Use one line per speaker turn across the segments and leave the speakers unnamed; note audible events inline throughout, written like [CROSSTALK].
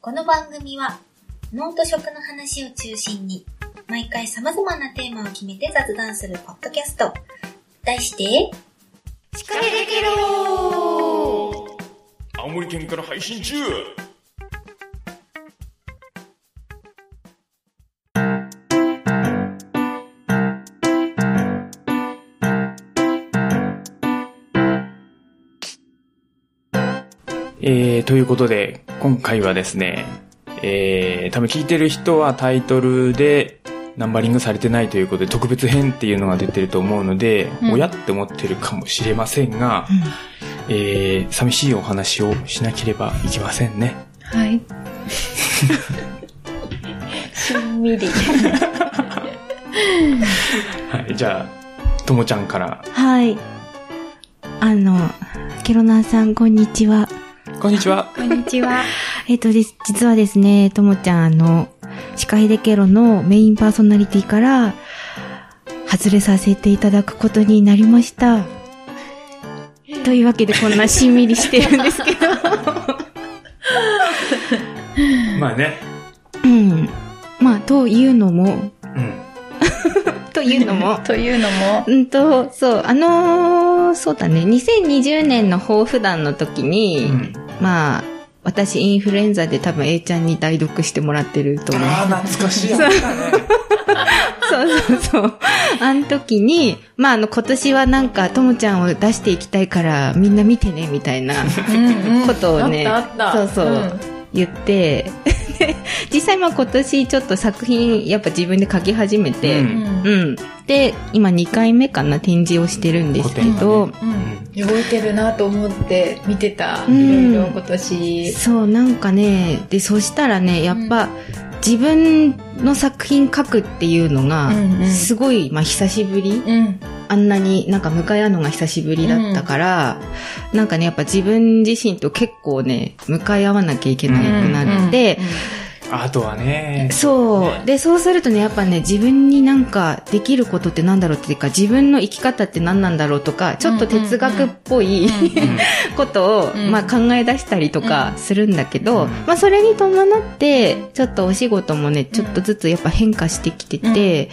この番組は、脳と食の話を中心に、毎回様々なテーマを決めて雑談するポッドキャスト。題して、
仕掛けてろ
青森県から配信中
えー、ということで、今回はですね、えー、多分聞いてる人はタイトルでナンバリングされてないということで、特別編っていうのが出てると思うので、
うん
おやって思ってるかもしれませんが、えー、寂しいお話をしなければいけませんね。
はい。しんみり。
はい、じゃあ、ともちゃんから、
はい。あの、ケロナーさん、こんにちは。
こんにちは。
こんにちは。
[LAUGHS] えっ、とです、実はですね、ともちゃん、あの、司会でケロのメインパーソナリティから、外れさせていただくことになりました。 [LAUGHS] というわけで、こんなしんみりしてるんですけど。
まあね、
[LAUGHS] うん。まあ、というのも、
うん。
というのも、
というのも、
[LAUGHS] うんと、そう、あのーそうだね、2020年の抱負団の時に、
うん、
まあ、私インフルエンザで多分 A ちゃんに代読してもらってると思う。
ああ、懐かしいやつだね。
そうそうそう。あの時に、まああの今年はなんかともちゃんを出していきたいからみんな見てねみ
[LAUGHS]
たいな
うん
ことをね、
あったあった。
そうそう、言って、で実際まあ今年ちょっと作品やっぱ自分で書き始め
う
て、
うんん。
うん。で、今2回目かな展示をしてるんですけど、
古典
うん。動いてるなと思って見てた。
う
いろ
ん
いろ今年。
そうなんかねでそしたらねやっぱ、自分の作品書くっていうのが、
うんうん
すごい、まあ、久しぶり
うん。
あんなになんか向かい合うのが久しぶりだったから、なんかねやっぱ自分自身と結構ね向かい合わなきゃいけなくなって、
あとはね、
そうでそうするとねやっぱね自分になんかできることってなんだろうっていうか自分の生き方って何なんだろうとかちょっと哲学っぽい、
うん
ことを、
うん
まあ、考え出したりとかするんだけど、
うん
まあ、それに伴ってちょっとお仕事もねちょっとずつやっぱ変化してきてて、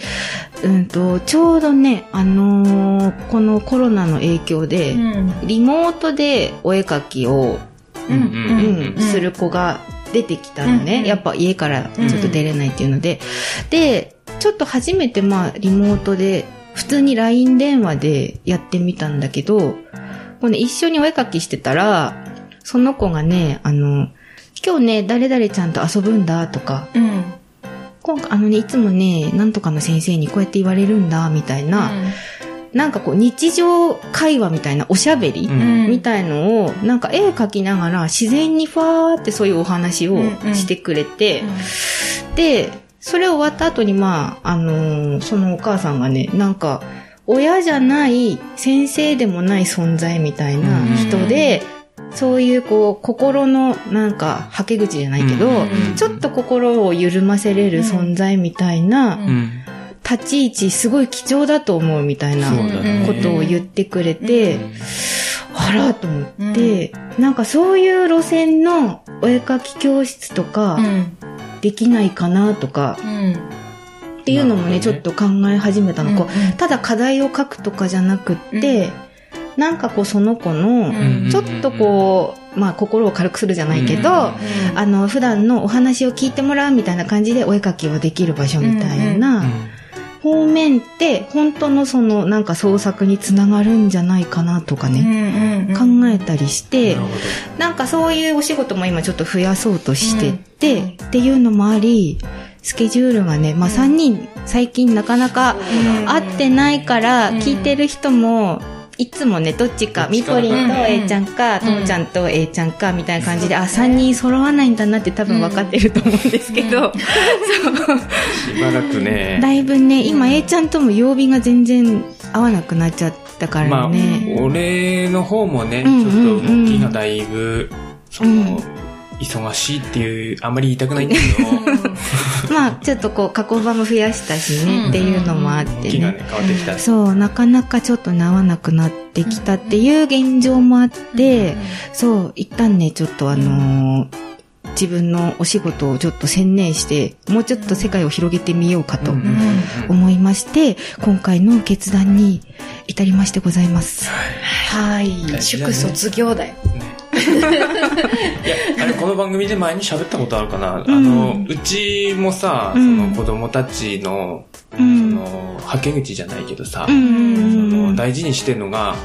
うん、とちょうどね、あのーこのコロナの影響で、
うん。うん。
リモートでお絵描きを、
うんうん
うん
うん
うん
する子が出てきたのね、
うん
やっぱ家からちょっと出れないっていうので、でちょっと初めてまあリモートで普通に LINE 電話でやってみたんだけどこうね、一緒にお絵描きしてたらその子がねあの今日ね誰々ちゃんと遊ぶんだとか
うん。
今回あのねいつもねなんとかの先生にこうやって言われるんだみたいな、なんかこう日常会話みたいなおしゃべり、
う
うんん。
みたいのを、なんか絵描きながら自然にファーってそういうお話をしてくれて、で、それ終わった後にまあ、あのーそのお母さんがね、なんか、親じゃない、先生でもない存在みたいな人で、そういうこう、心のなんか、はけ口じゃないけど、
うん
ちょっと心を緩ませれる存在みたいな、
うん
うん
立ち位置すごい貴重だと思うみたいな
そうだね
ことを言ってくれて、
うん
あらと思って、なんかそういう路線のお絵描き教室と
う
か
ん。
できないかなとか
うん。
っていうのもね
な
ち
る
ょ
ほどね
っと考え始めたの、こう
う
ただ課題を書くとかじゃなくって、なんかこうその子の、
うん
ちょっとこう、まあ心を軽くするじゃないけど、
うん
ん。
あの普段のお話を聞いてもらうみたいな感じでお絵描きをできる場所みたいな、方面って本当のそのなんか創作につながるんじゃないかなとか
うん
ね、
うん。
考えたりして、なんかそういうお仕事も今ちょっと増やそうとしてて、
うん
っていうのもあり、スケジュールがね、まあ
うん
3人最近なかなか
うん
会ってないから、
うん
聞いてる人も、いつもね、どっち
ど
か、
っち
み
かだ
ぽ
ね
りんと
うん
A ちゃんか、
うん
ともちゃんと A ちゃんか、みたいな感じで、
うん
あ、3人揃わないんだなって多分分かってると思うんですけど、
しばらくね
だいぶね、
う
今
ん
A ちゃんとも曜日が全然合わなくなっちゃったか
ま
ら
あ
ね。
俺の方もね、
うん
ちょっと
うん
動きがだいぶ、その、
うん
忙しいっていう、あんまり言いたくないんだけど、
まあ、ちょっとこう、加工場も増やしたし
うん
ね、っていうのもあってね。
動きがね、変わってきた。
そう、なかなかちょっと治わなくなってきたっていう現状もあって、そう、一旦ね、ちょっとあのー自分のお仕事をちょっと専念して、もうちょっと世界を広げてみようかと
うん
思いまして、今回の決断に至りましてございます。は
大
い。
事だ
祝
ね
卒業だよ。
あれ、この番組で前に喋ったことあるかな、
ん
あの、うちもさ、そ
うん
の子供たちの、
うん
その、はけ口じゃないけどさ、
うん
そ
うんう
の
ん。
大事にしてるのが、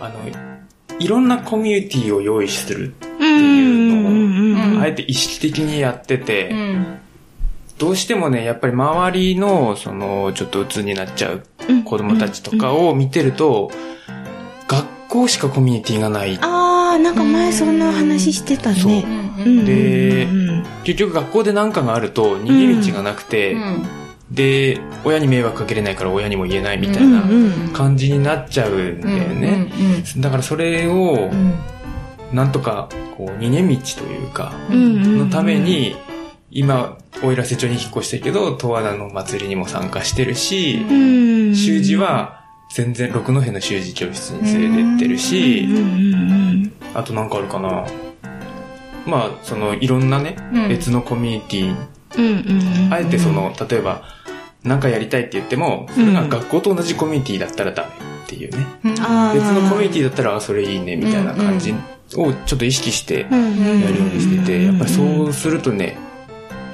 あの、いろんなコミュニティを用意する。
うんうんうんうん
あえて意識的にやってて、
うん。
どうしてもね、やっぱり周りの、その、ちょっと鬱になっちゃう子供たちとかを見てると、学校しかコミュニティがない。
ああ、なんか前そんな話してた
そう
ね。
うん。
うん
で
うんうん
結局学校で何かがあると逃げ道がなくて、で、親に迷惑かけれないから親にも言えないみたいな
うんうん
感じになっちゃうんだよね。だからそれを
う、ん。
なんとか、こう、逃げ道というか、
うんうん
のために、今、おいら瀬町に引っ越してるけど、十和田の祭りにも参加してるし、
うん
習字は、全然、六戸の習字教室に連れてってる
う
し
ん、うん
あとなんかあるかな。まあ、その、いろんなね、
うん
別のコミュニティ、
うんうんうんうん
あえてその、例えば、なんかやりたいって言っても、それが学校と同じコミュニティだったらダメっていうね。
あー
別のコミュニティだったら、あそれいいね、みたいな感じをちょっと意識して
うんうん
やるようにしてて、やっぱり
う
そ
ん
うするとね、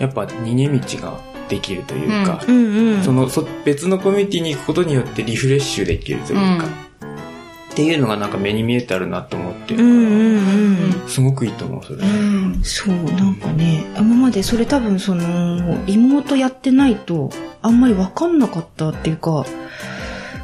やっぱ逃げ道ができるというか、
うんうん
そのそ別のコミュニティに行くことによってリフレッシュできるというか、
うん
っていうのがなんか目に見えてあるなと思ってる
う
から、
んうんうん
すごくいいと思う、それ。
うん。
そうなんかね今までそれ多分その妹やってないとあんまり分かんなかったっていうか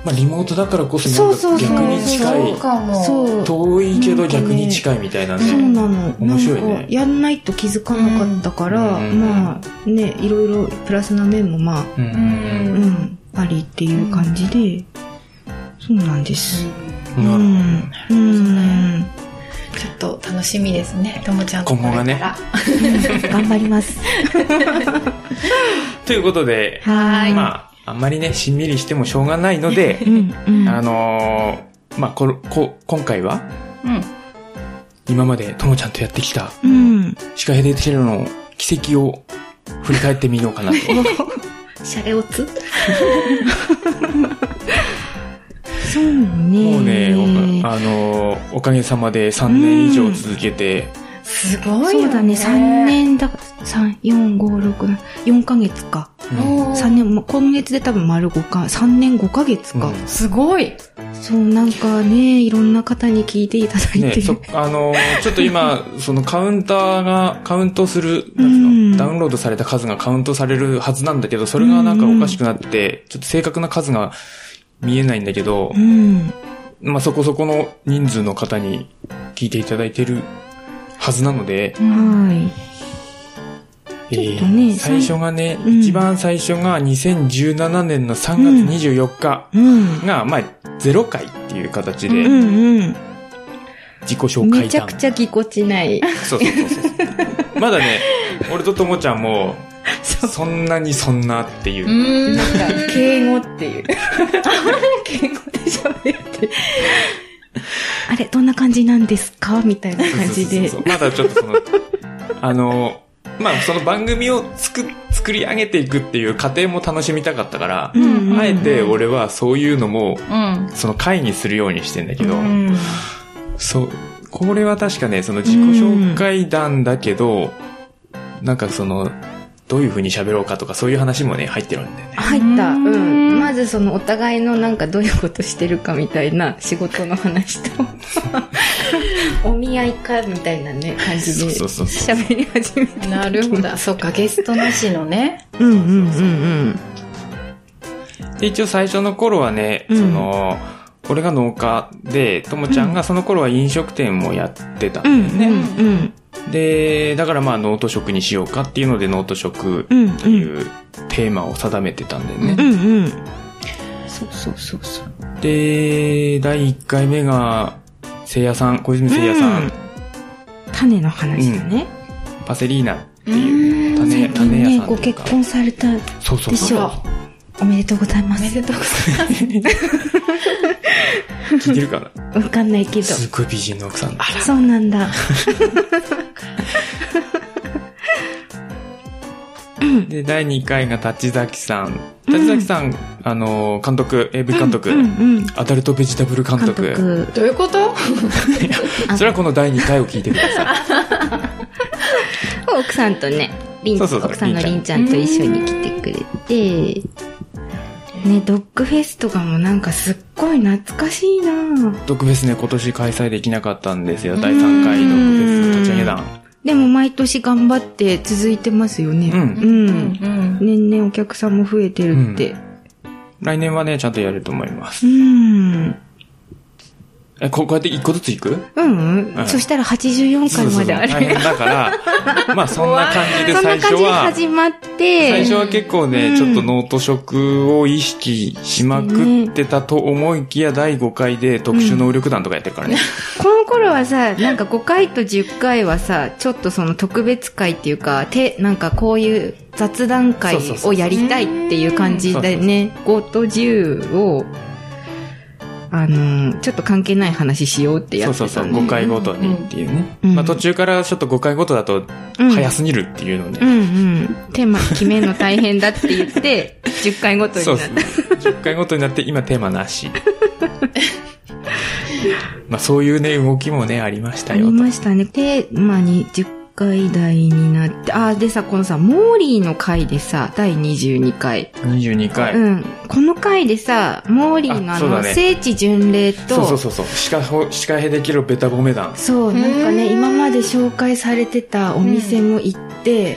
まあリモートだからこそ
そう
なん
そう
か
そう
逆に近
そう
い、
かも。
そうそ
遠いけど逆に近いみたいな
う
ね。
なの
面白いね
なんかやんないと気づかなかったから、
うん
まあねいろいろプラスな面もまあ
うん
う
うん
ありっていう感じで、そうなんです、
なるほど
うんうん
ちょっと楽しみですね。ともちゃんと
今後がね
これから
[LAUGHS] 頑張ります
ということで、
は
まあ、あんまりね、しんみりしてもしょうがないので
う、んうん
あのーまあこ、こ、今回は、今までともちゃんとやってきた、
うん
シカヘデテロの奇跡を振り返ってみようか
[LAUGHS]
なと。
シャレオツ [LAUGHS] そうね
もうね、おあのーおかげさまで3年以上続けて、
うん。すご
そ
いよね。
うだね、3。年だ、3、4、5、6、4ヶ月か。
うん
3年、ま今月で多分丸5か、3年5ヶ月か。
う
すごい。
そう、なんかね、いろんな方に聞いていただいて
ね、
る。
そ、あのーちょっと
[LAUGHS]
今、そのカウンターが、カウントする、
う
なんんつうのダウンロードされた数がカウントされるはずなんだけど、それがなんかおかしくなって、ちょっと正確な数が見えないんだけど
う、ん。
まあ、そこそこの人数の方に聞いていただいてるはずなので、
はちょっとね
えー最初がね、
うん
一番最初が2017年の3月24日
い。うん。
が、まあ、0回っていう形
う
で
んうん。
自己紹介
め
談。
ちゃくちゃぎこち [LAUGHS] ない。
そうそうそうそう。まだね、俺とともちゃんも、
そう
そんなにそんなっていうう。
ん。
なんか、敬語っていう。敬語で喋って。あれ、どんな感じなんですかみたいな感じで
そうそうそう。そうまだちょっとその、あの、まあ、その番組を作、作り上げていくっていう過程も楽しみたかったから、
うんうん
あえて俺はそういうのも、
うん。
その会にするようにしてんだけど、
うん。
そう、これは確かね、その自己紹介談だけど、なんかその、どういう風に喋ろうかとかそういう話もね、入ってるんだよね。
入った。う。
うんん
まずそのお互いのなんかどういうことしてるかみたいな仕事の話
[LAUGHS]
と、お見合いかみたいなね、感じで
そうそうそう。
喋り始めた。
なるほど。そうか、ゲストなしのね。
うんうんうん
で、一応最初の頃はね、
うん
その、俺が農家で、ともちゃんがその頃は飲食店もやってたんだ
う
よ
ん。
ね。
うんうん
で、だからまあ、ノート食にしようかっていうので、ノート食
うん。
というテーマを定めてたんだよね。
うんうん。そうそうそうそう。
で、第1回目が、せいやさん、小泉せいやさん、
うん種の話だね。
パセリーナっていうね、種、
最近
種
ね
屋さん
ご
という
結
か。
婚されたで
そうそう
し
そ
ょ
う。。
おめでとうございま
おめ
す。
でとうございます。
聞いてる
[LAUGHS]
かな
わかんないけど。
すごい美人の奥さんだ。
そうなんだ。
で、第2回が立崎さん。立崎さん、あの、監督、AV 監督、
うんうん。
アダルトベジタブル監督。
監督
どういうこと
それはこの第2回を聞いてくだ
[LAUGHS]
さい。
奥さんとね、りん
そうそうそう
奥さんのり
り
ん
ん
ち
ち
ゃんと一緒に来てくれて、ね、ドッグフェスとかもなんかすっごい懐かしいなぁ
特別ね、今年開催できなかったんですよ。第3回の特別立ち上げ団。
でも毎年頑張って続いてますよね。
うん
うん。
うん。
年々お客さんも増えてるって。
来年はね、ちゃんとやると思います。
うん。
え、ここうやって1個ずつ行く
うん、
うん
そしたら84
そ
回
うそうそ
ま
う
であ
大
る。
変だ
[LAUGHS]
から、まあそんな感じで
そんな
最初
感じで
は、
始まって、
最初は結構ね、
うん
ちょっとノート食を意識しまくってたと思いきや、第5回で特殊能力団とかやってるからね。
この頃はさ、なんか5回と10回はさ、ちょっとその特別会っていうか、て、なんかこういう雑談会
そうそうそ
を
う
やりたいっていう感じだよね。5と10を、あのー、ちょっと関係ない話しようってや
そ
っ
う
て
そうそ
た
う、
ね。
5回ごとにっていうね。
うん
まあ途中からちょっと5回ごとだと
うん
早すぎるっていうの
う
ね。
んうん。テーマ決めるの大変だって
[LAUGHS]
言って、10回ごとに
そう
なっ
ですね。10回ごとになって今テーマな
[LAUGHS]
し。まあそういうね、動きもね、ありました
あり
よと。
ましたね。テーマに10回台になって、あーでさ、このさ、モーリーの回でさ、第22回。
22回。
うん。この回でさ、モーリーのあ
あそう
の、
だね
聖地巡礼と、
そうそうそうそう。シカホ、シカヘデキロベタ褒め団。
そうなんかね、今まで紹介されてたお店も行って、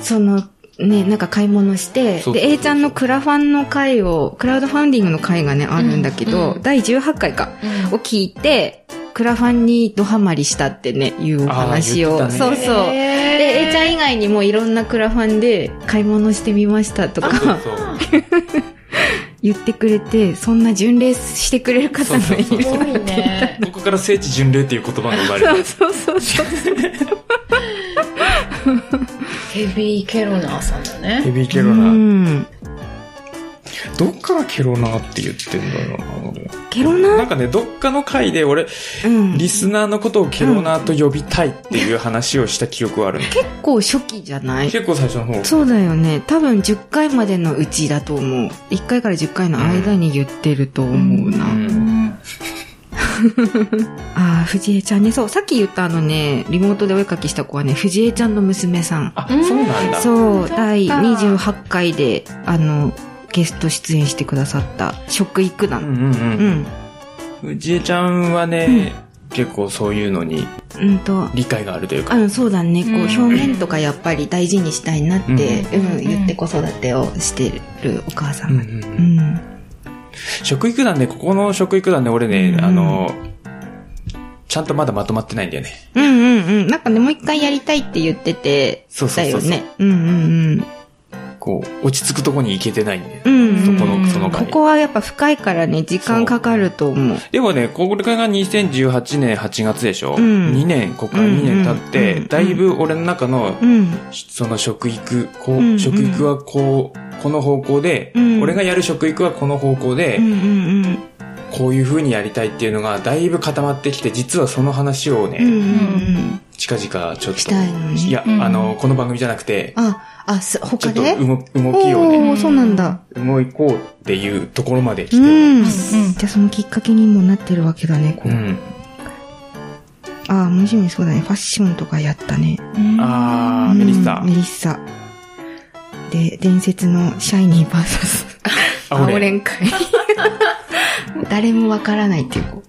その、ね、なんか買い物して、
そうそうそう
で、A ちゃんのクラファンの回を、クラウドファンディングの回がね、あるんだけ
うん
ど、
うん
第18回か、を聞いて、クラファンにドハマりしたってね、いうお話
あ
を。
ー言ってた
そう
ね
そう。で、A ちゃん以外にもいろんなクラファンで買い物してみました
[LAUGHS]
と
そう
か
そう。
言ってくれて、そんな巡礼してくれる方がいる。
すごいね。
ここから聖地巡礼っていう言葉が生まれる。
そうそうそう。
ヘビーケロナーさんだ
ヘ
ね。
ビーケ
う
ロナー。
ん。
どっからケロナーって言ってんだろうな、俺。
ケロ
な
ナ
んかね、どっかの回で俺、
うん。
リ
結
スナーのことをケロナーと呼びたいっていう話をした記憶はある。
構初期じゃない
結構最初の方。
そうだよね。多分10回までのうちだと思う。1回から10回の間に言ってると思うな。
うん
ああ、藤江ちゃんね。そう、さっき言ったあのね、リモートでお絵かきした子はね、藤江ちゃんの娘さん。
あ、そうなんだ。
そう、第28回で、あの、ゲスト出演してくださった、食育
う
団。
んうん
う
うん。
ん。
藤江ちゃんはね、結構そういうのに
うんと、
理解があるというか。
あそうだねこう
うん
表面とかやっぱり大事にしたいなって、う
うんん
言って子育てをしてるお母さ
うん
ん、
うんうん
うん
食育団ね、ここの食育団ね、俺ね、
うん
あの、ちゃんとまだまとまってないんだよね。
うんうんうんなんかねもう一回やりたいって言ってて
そうそうそうそう
だよねうんうん
こう、落ち着くとこに行けてないんだよ。
うんうん
そこ
うん
の、その
こ
回。
こはやっぱ深いからね時間かかると思う
でもね、これが2018年8月でしょ、う
う
ん ?2 年、ここから2年経って、
うんうんうん
だいぶ俺の中の、
うん
その食育、こう、
うんうん
食育はこう、この方向で、
うん
俺がやる食育はこの方向で、
うんうんうん
こういう風にやりたいっていうのがだいぶ固まってきて、実はその話をね、
うんうんうん
近々ちょっと。
したいのね
いや、
うん
あの、この番組じゃなくて、
ああす
ちょ
他
っと
で
動動きをね、
おおそうなんだ
動こうっていうところまで来
う
てる。
ん、じゃあそのきっかけにもなってるわけだねこう、
うん。
ああ面白いそうだねファッションとかやったね
あー、
うん
メリッサ
メ。リッサ。で、伝説のシャイニーバーサス。
あ、
青
俺。
レン会。
[LAUGHS]
誰もわからないっていう子。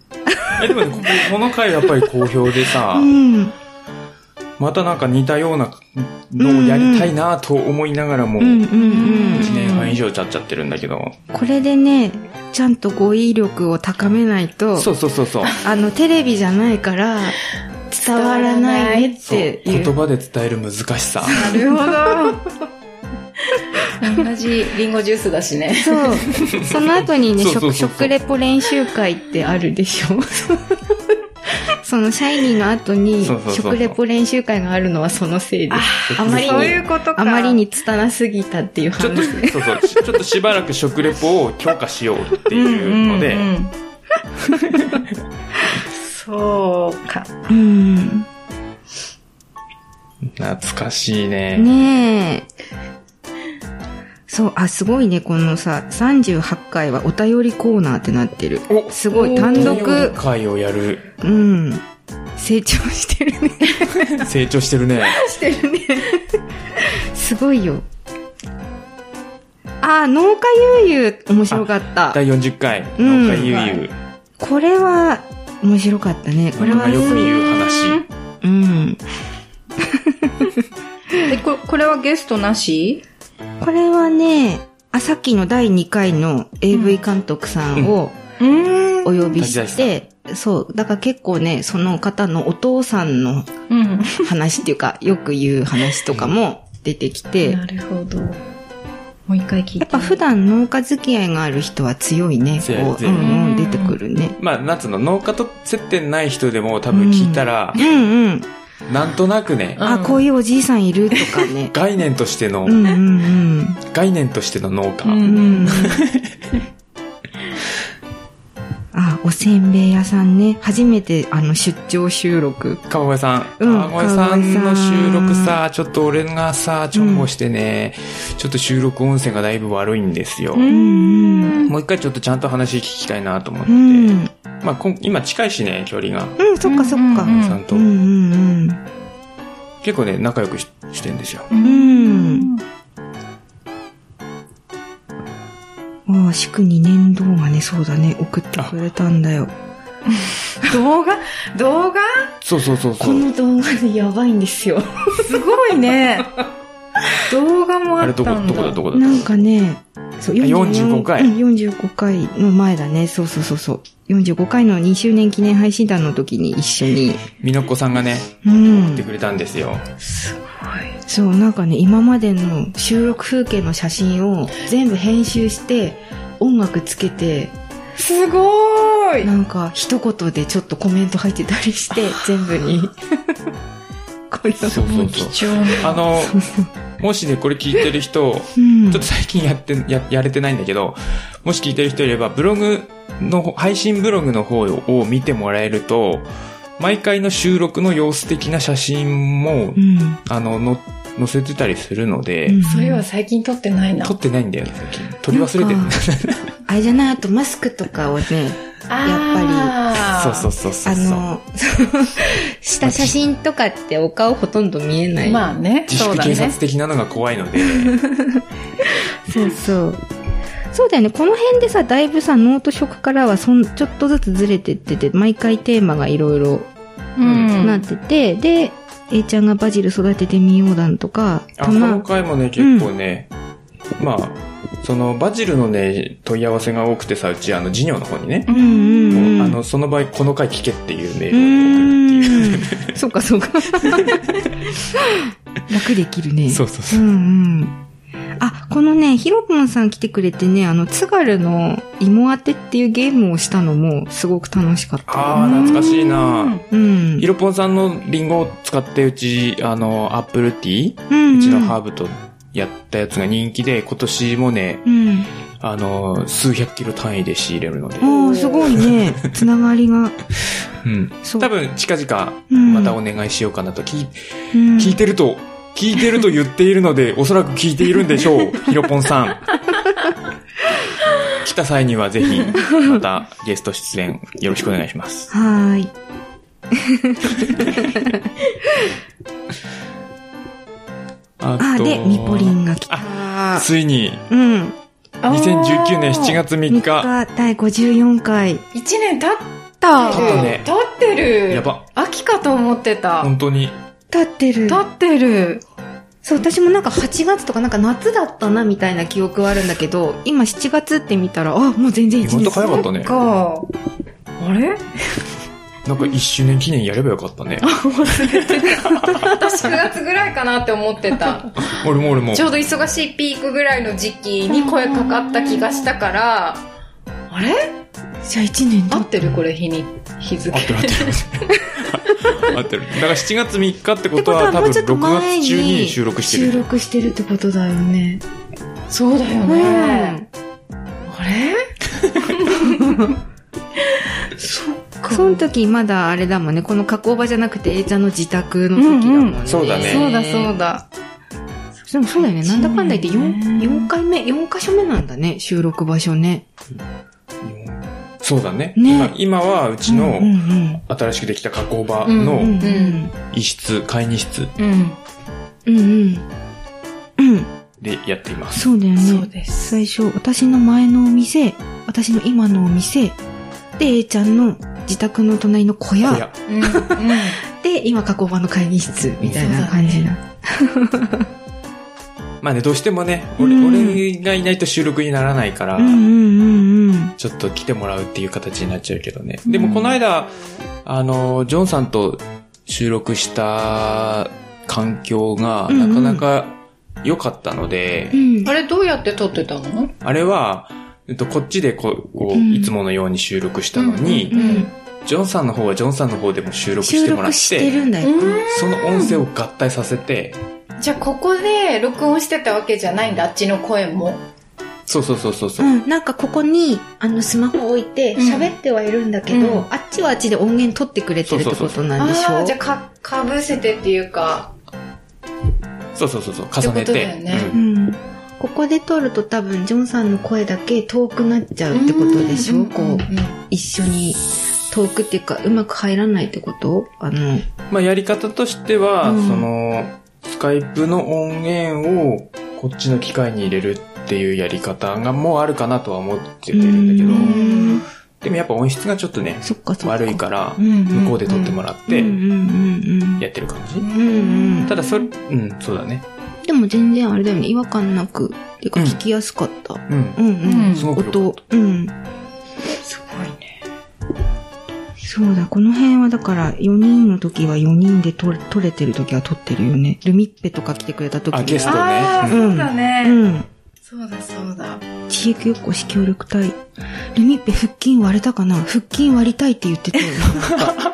えでもね、こここの回やっぱり好評でさ、
うん。
またなんか似たようなのをやりたいなと思いながらも、
うん
1
うんうん。
年半以上経っちゃってるんだけど。
これでね、ちゃんと語彙力を高めないと、
そうそうそうそう。
あの、テレビじゃないから、伝わらないねっ
そう
てい
言
う。
葉で伝える難しさ。
なるほど。
同じリンゴジュースだしね。
そう。その後にね、
そうそ
食
うそうそう
食レポ練習会ってあるでし
[LAUGHS]
ょそのシャイニーの後に
そうそうそうそう
食レポ練習会があるのはそのせいです。 [LAUGHS] あまり
そう
に
いう
こと
あまりに拙すぎたっていう
ちょっと、
話。
そうそう、ちょっとしばらく食レポを強化しようっていうので、
そうか。
うん。
懐かしいね。
ねえ。そう、あ、すごいね、このさ、38回はお便りコーナーってなってる。
お
すごい、単独、
会をやる。
うん。成長してる [LAUGHS] ね。
成長してる
[LAUGHS]
ね。
してるね。すごいよ。あ、農家悠々、面白かった。
第40回、
うん
農家ゆうゆう。
これは、面白かったね。これ
農
は
家、よく言う話。
うん。
でここれはゲストなし
これはね、あ、さっきの第2回の AV 監督さんを
うん。
お呼び
立
し
ち
て、そう、だから結構ね、その方のお父さんの
うん。
話っていうか、よく言う話とかも出てきて、や
なるほど。もう一回聞いて。
っぱ普段農家付き合いがある人は強いね、
強い
こう、う
強い
んうん、出てくるね。
まあ、なんつうの、農家と接点ない人でも多分聞いたら
う、んうん。
なんとなくね、。
あ、こういうおじいさんいるとかね
概念としての
う、んうん
概念としての農
う。
家。
うん。うんん。あ、おせんべい屋さんね。初めてあの出張収録。
川越さん。
うん
川越さん
川
の
越さん
収録さ、ちょっと俺がさ、重宝してね、ちょっと収録音声がだいぶ悪いんですよ。
うん
もう一回ちょっとちゃんと話聞きたいなと思って。
うん。うん。
まあ、こん今近いしね、距離が。
うん、そっかそっか。
うん
さんと
う。んうん
結構ね、仲良くししてんですよ。
うん。うん。ああ、祝2年動画ね、そうだね、送ってくれたんだよ。
動画動画
そうそうそうそ
こ
う。
の動画でやばいんですよ。
すごいね。動画も
あ
あ
れ
った
ど
ん
こ、ど
だ。
こだ、どこだ。
なんかね、そう
45回
うん、45回の前だね。そうそうそうそう。45回の2周年記念配信団の時に一緒に。
みのっこさんがね、
う
来て
ん。
くれたんですよ。
そう、なんかね、今までの収録風景の写真を全部編集して、音楽つけて、
すごーい。
なんか一言でちょっとコメント入ってた
[LAUGHS]
りして、全部に。これ
そうそう
は。
そう。
貴重な。
あの、もしね、これ聞いてる人、
うん
ちょっと最近やって、や、やれてないんだけど、もし聞いてる人いれば、ブログの方、配信ブログの方を見てもらえると、毎回の収録の様子的な写真も
う、ん。
あの、の、載せてたりするので、
うん
それは最近撮ってないな
撮。ってないんだよね、最近。撮り忘れてる
なん。かあれじゃない、あとマスクとかをね、
あー
[LAUGHS] そうそうそうそう
あ
そう。
の、した写真とかってお顔ほとんど見えない。
まあね、
自
そう
粛
だ
警察
ね。
的なのが怖いので、
そうそう。そうだよね。この辺でさ、だいぶさ、ノート色からはそん、ちょっとずつずれてってて、毎回テーマがいろいろ
うん
なってて、で、A ちゃんがバジル育ててみようだんとか、
あ、
た
この
ま、
回もね、結構ね、まあ、その、バジルのね、問い合わせが多くてさ、うち、あの、授業の方にね、
うんうんうん。
もうあの、その場合、この回聞けっていうメールを
う
送るっていう。
ーん。 [LAUGHS] そうかそ
[LAUGHS]
うか。楽できるね。
そうそうそうう。
んうん。あ、このね、ヒロポンさん来てくれてね、あの、津軽の芋当てっていうゲームをしたのもすごく楽しかった。
あー、懐かしいな
うん。
ヒロポンさんのリンゴを使って、うち、あの、アップルティー、
うん
うちのハーブとやったやつが人気で、今年もね、
うん。
あの、数百キロ単位で仕入れるので、
おー、すご
[LAUGHS]
いね。つながりが。
うん。
そう。
多分、近々、
うん
またお願いしようかなと、聞い
うん、
聞いてると、聞いてると言っているので、おそらく聞いているんでしょう、ヒロポンさん。来た際にはぜひ、またゲスト出演よろしくお願いします。
はーい。
あ
あー、で、ミポリ。ンが来た。
ついに、
うん。
2019年7月3
3
日。
日、第54回。
一年経っ
だ
経ったね
経ってる。
やば。
秋かと思ってた。
本当に。
立ってる。
経ってる。
そう、私もなんか8月とかなんか夏だったなみたいな記憶はあるんだけど、今7月って見たら、あ、もう全然1
意外
日
と早かったね。
か。あれ
なんか1周年記念やればよかったね。
私9月ぐらいかなって思って
[LAUGHS]
た。
俺も俺も
ち。ょうど忙しいピークぐらいの時期に声かかった気がしたから、あれ
じゃあ1年
合
だ
ってるこれ日に、日付
合。ってる合ってる。合ってる。だから7月3日ってことは多分6月中に収録してる
収。録してるってことだよね。
そうだよ
う
ね。
ん。
あれ
そっか。その時まだあれだもんね、この加工場じゃなくて A ちゃんの自宅の時だもんね。
うんうん
そうだね
そうだそうだ。
でもそうだよね。
一
な
年
んだかんだ言って4、
ね
4回目、4箇所目なんだね、収録場所ね。
そうだね。
ね
今今はうち
うんう
の
ん
新しくできた加工場
うん。うん
の
うん。
一室、会議室
うん。
うんうん。うん。
でやっています。
そうだよね。
そうです。
最初、私の前のお店、私の今のお店、で、A ちゃんの自宅の隣の小
い
屋、
や、
うん。うん。
[LAUGHS]
で、今、加工場の会議室、みたいな感じな。
まあね、どうしてもね、俺、
うん
俺がいないと収録にならないから
う、んうんうんうん。
ちょっと来てもらうっていう形になっちゃうけどね。でもこの間、あの、ジョンさんと収録した環境が
うんう
なんかなか良かったので、
うん。
あれどうやって撮ってたの
あれは、えっと、こっちでこう、こう
うん
いつものように収録したのに、
うんうん
ジョンさんの方はジョンさんの方でも収録し
収
てもらっ
録
て、
してるんだよ。
その音声を合体させて、
じゃあここで録音してたわけじゃないんだ、あっちの声も。
そうそうそうそう
う
そう、
ん、なんかここに、あの、スマホ置いて、
うん
喋ってはいるんだけど、
うん
あっちはあっちで音源取ってくれてるってことなんでしょ
ああ、じゃあか、かぶせてっていうか。
そうそうそうそう、重ね
ってことだ
て
よね
うん
うん。ここで撮ると多分、ジョンさんの声だけ遠くなっちゃうってことでしょこう、一緒に遠くっていうか、うまく入らないってことあの、
まあ、やり方としては、
うん
その、スカイプの音源をこっちの機械に入れるっていうやり方がもうあるかなとは思ってるんだけど、
うん
でもやっぱ音質がちょっとね、
そっかそっか。
悪いから、
ん
向こうで撮ってもらっ
う
て
ん、うんうんうん。
やってる感じ、
うんうん。
ただそれ、うん、そうだね。
でも全然あれだよね、違和感なく、っていうか
うん
聞きやすかった。
うん。
うんうん。
うん
すごく良かった
音、うん。
すごいね。
そうだ、この辺はだから、4人の時は4人で撮れ撮れてる時は撮ってるよね。ルミッペとか来てくれた時
あ、ゲスト
は。
ああ、
ね。
そうだね。
うん。
そうだそうだ。
地域よっこし協力隊。ルミッペ腹筋割れたかな腹筋割りたいって言ってたよね。
[LAUGHS]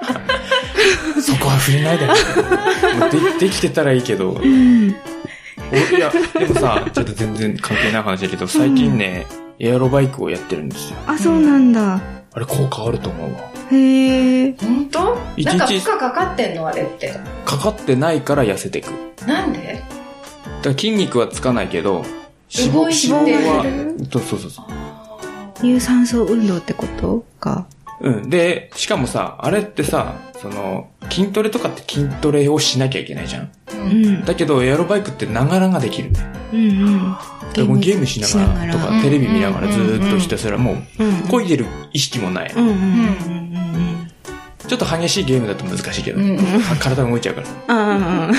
うんそこは触れないでほしいも
[LAUGHS]
うで。できてたらいいけど。
うん。
いや、でもさ、ちょっと全然関係ない話だけど、最近ね、エアロバイクをやってるんですよ。
あ、そうなんだ。
あれ、効果あると思うわ。
へえ。
本当
一日
なんか負荷かかってんのあれって。
かかってないから痩せてく。
なんで
だから筋肉はつかないけど、脂
動い
肪、
て
脂肪
る
は、そうそうそうそう。
有酸素運動ってことか。
うん。で、しかもさ、あれってさ、その、筋トレとかって筋トレをしなきゃいけないじゃん。
う。
うんん。
だけど、エアロバイクってながらができるんだよ。
うんうん。
だからもうゲームしながらと
しな
か、テレビ見ながらずーっとひたすら、もう、
うん。
漕いでる意識もない。
うんうんうんうん
ちょっと激しいゲームだと難しいけど、
うん
あ体動いちゃうから。
うん。
[LAUGHS]
ああ。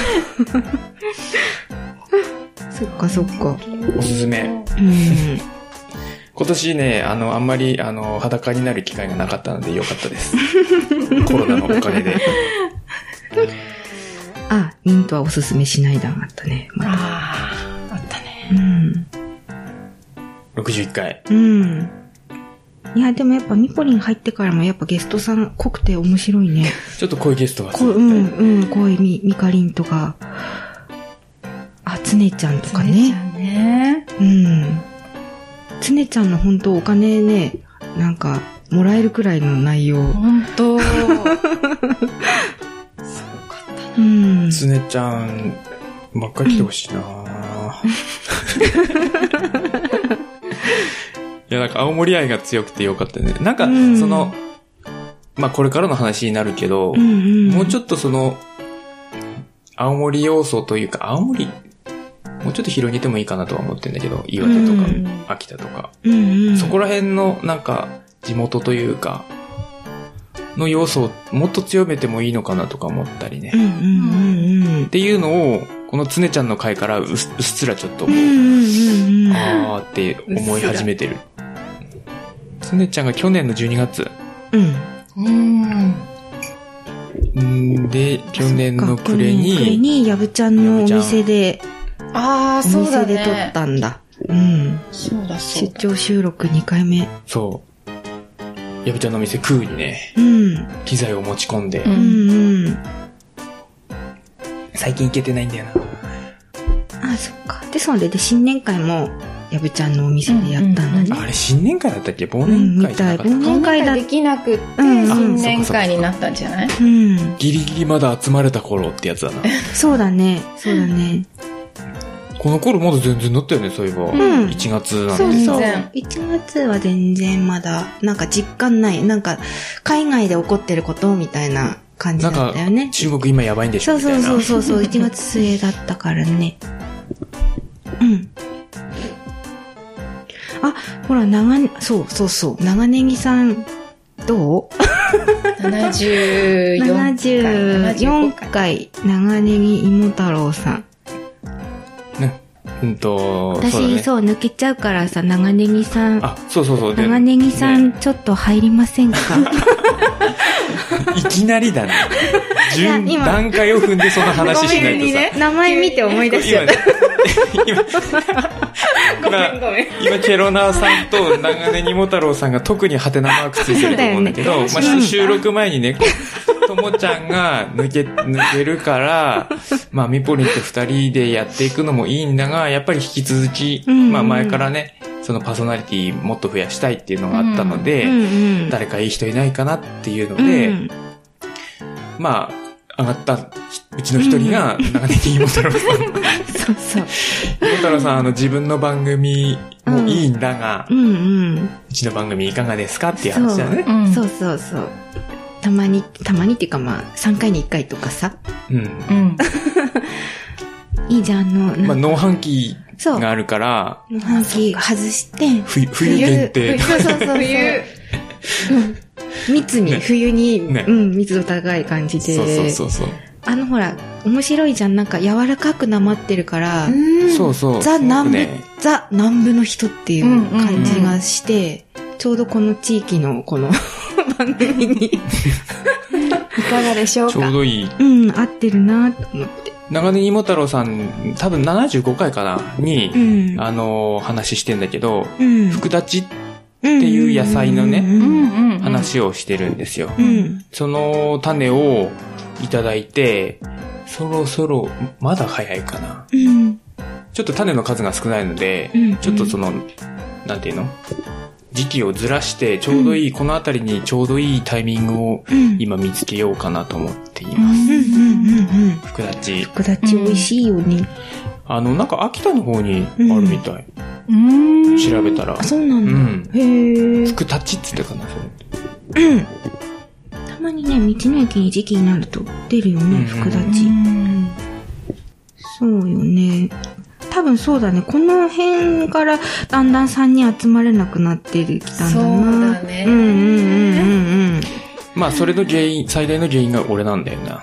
そっかそっか。
おすすめ。
うん。
今年ね、あの、あんまり、あの、裸になる機会がなかったのでよかった
[LAUGHS]
です。コロナのおかげで。
あ、ミントはおすすめしないだあったね。まだ
ああ、あったね。
うん。
61回。
うん。いや、でもやっぱミポリン入ってからもやっぱゲストさん濃くて面白いね。
ちょっと [LAUGHS] 濃いゲストが
こう、うん、うん、こういうミミカリンとか、あ、つねちゃんとか
じゃ
ね。
あね。
うん。つねちゃんの本当お金ね、なんか、もらえるくらいの内容。
本当すごかったな。
うん。
つねちゃん、ばっかり来てほしい
[LAUGHS]
ないや、なんか青森愛が強くてよかったね。なんか、
うん
その、まあ、これからの話になるけど、
うんうん、
もうちょ
っ
っとその、青森要素というか、青森、もうちょっと広げてもいいかなとは思ってんだけど、岩手とか、
うん
秋田とか、
と、うんうん、
そこら辺のなんか、地元というか、の要素をもっと強めてもいいのかなとか思ったりね。
うん
っ
うんうんうん。
ていうのを、このつねちゃんの回からうっうっすらちょっと、
うんうんうんうん。
あーって思い始めてる。つねちゃんが去年の12月、
うん。
うん。
んで、去年の暮れ
そっか去年の暮れ
に、
に、やぶちゃんのお
やぶちゃ
店で、
ああ、
お
そうだ
店
ね。
で撮ったんだ。うん。
そうだそ
出
うだ。
張収録2回目。
そう。やぶちゃんのお店空にね、
うん。
機材を持ち込んで、
う。
うんんうん。
最近行けてないんだよな。
あ、そっか。で、それで新年会も、やぶちゃんのお店でやったんだね。
あれ、新年会だったっけ忘
うん、
年会
み
じゃ
た。
ないかった、
忘年
今
会
回
だ
できなくって、
うん
新年会になったんじゃない
うん。
ギリギリまだ集まれた頃ってやつだな。
そうだね。そうだね。
この頃まだ全然だったよね、そういえば。
ん
1月なん
そう
て
そ
さ
全
う。
然
1月は全然まだ、なんか実感ない。なんか、海外で起こってることみたいな感じ
なん
だ
か
ったよね、。
中国今やばいんでし
そ
ょ
う
みたい
そ
うな。
そうそうそう、1月末だったからね。うん。あ、ほら、長ね、そうそうそう、長ネギさん、どう
74回。
?74 回、長ネギ芋太郎さん。
ね。うんと、
私、
そ
そうう,、
だね。
抜けちゃうからさ、長ネギさん、
あ、そうそうそう。で
長ネギさん、
ね
ちょっと入りま
[LAUGHS]
せんか
いきなりだね。順
いや今
段階を踏んでその話しないとさ。
名前見て思い出しちゃ
今ね、
う。
今、今、
[LAUGHS] ごめん。
今ケロナーさんと長根にも太郎さんが特にハテナマークついてると思うんだけど、
そうだよね
まあ、
うん
収録前にね、ともちゃんが抜け、抜けるから、まあ、ミポリンと二人でやっていくのもいいんだが、やっぱり引き続き、
うん
まあ、前からね、そのパーソナリティもっと増やしたいっていうのがあったので、
うんうん。
誰かいい人いないかなっていうので、
うん
まあ、上がったうちの一人が長根にも太郎さ
[LAUGHS]
ん。
そうそう。
桃太郎さん、あの、自分の番組もいいんだが、う
うんうん。
ちの番組いかがですかっていう話だよね。
うん
そうそうそう。たまに、たまにっていうかまあ、3回に1回とかさ。
うん。
うん。
いいじゃん、あの、
ま
な
あ、
んか
農飯期
そう。
があるから、
の半期外して、
冬、冬限定。
[LAUGHS] そうそうそう。
冬。
密に、
ね
冬に、
ね
うん、密度高い感じで。
そうそうそうそう。
あのほら、面白いじゃん。なんか柔らかくなまってるから、
そうそう。
ザ南部、
すごくね
ザ南部の人っていう
うんうんうん
感じがして、ちょうどこの地域のこの [LAUGHS] 番組に、
いかがでしょう
ちょう
か
どいい。
うん、合ってるなと思って。
長根にも太郎さん、多分75回かな、に、
うん。
あのー話してんだけど、
うん。
福立ち
って
ていう野菜のね
うん。
んう
話をしてるんですよ。
うん。
その種をいただいて、そろそろ、まだ早いかな。
うん。
ちょっと種の数が少ないので、
うん
ちょっとその、なんていうの時期をずらして、ちょうどいい、この辺りにちょうどいいタイミングを
うん。
今見つけようかなと思っていま
うん
す。
うんうんうんうん。
福立ち。
福立ち美味しいよね。
あの、なんか秋田の方にあるみたい。
うん
調べたら
あ、。そうなんだ。
うん
へえ。
福立ちって言ったかな、それ。
たまにね、道の駅に時期になると出るよ
うんう
ね、
ん
福立ち。そうよね。多分そうだね。この辺からだんだん3人集まれなくなってきたんだな。
そうだね
うんうんうんうんうん。
まあ、それの原因、最大の原因が俺なんだよな。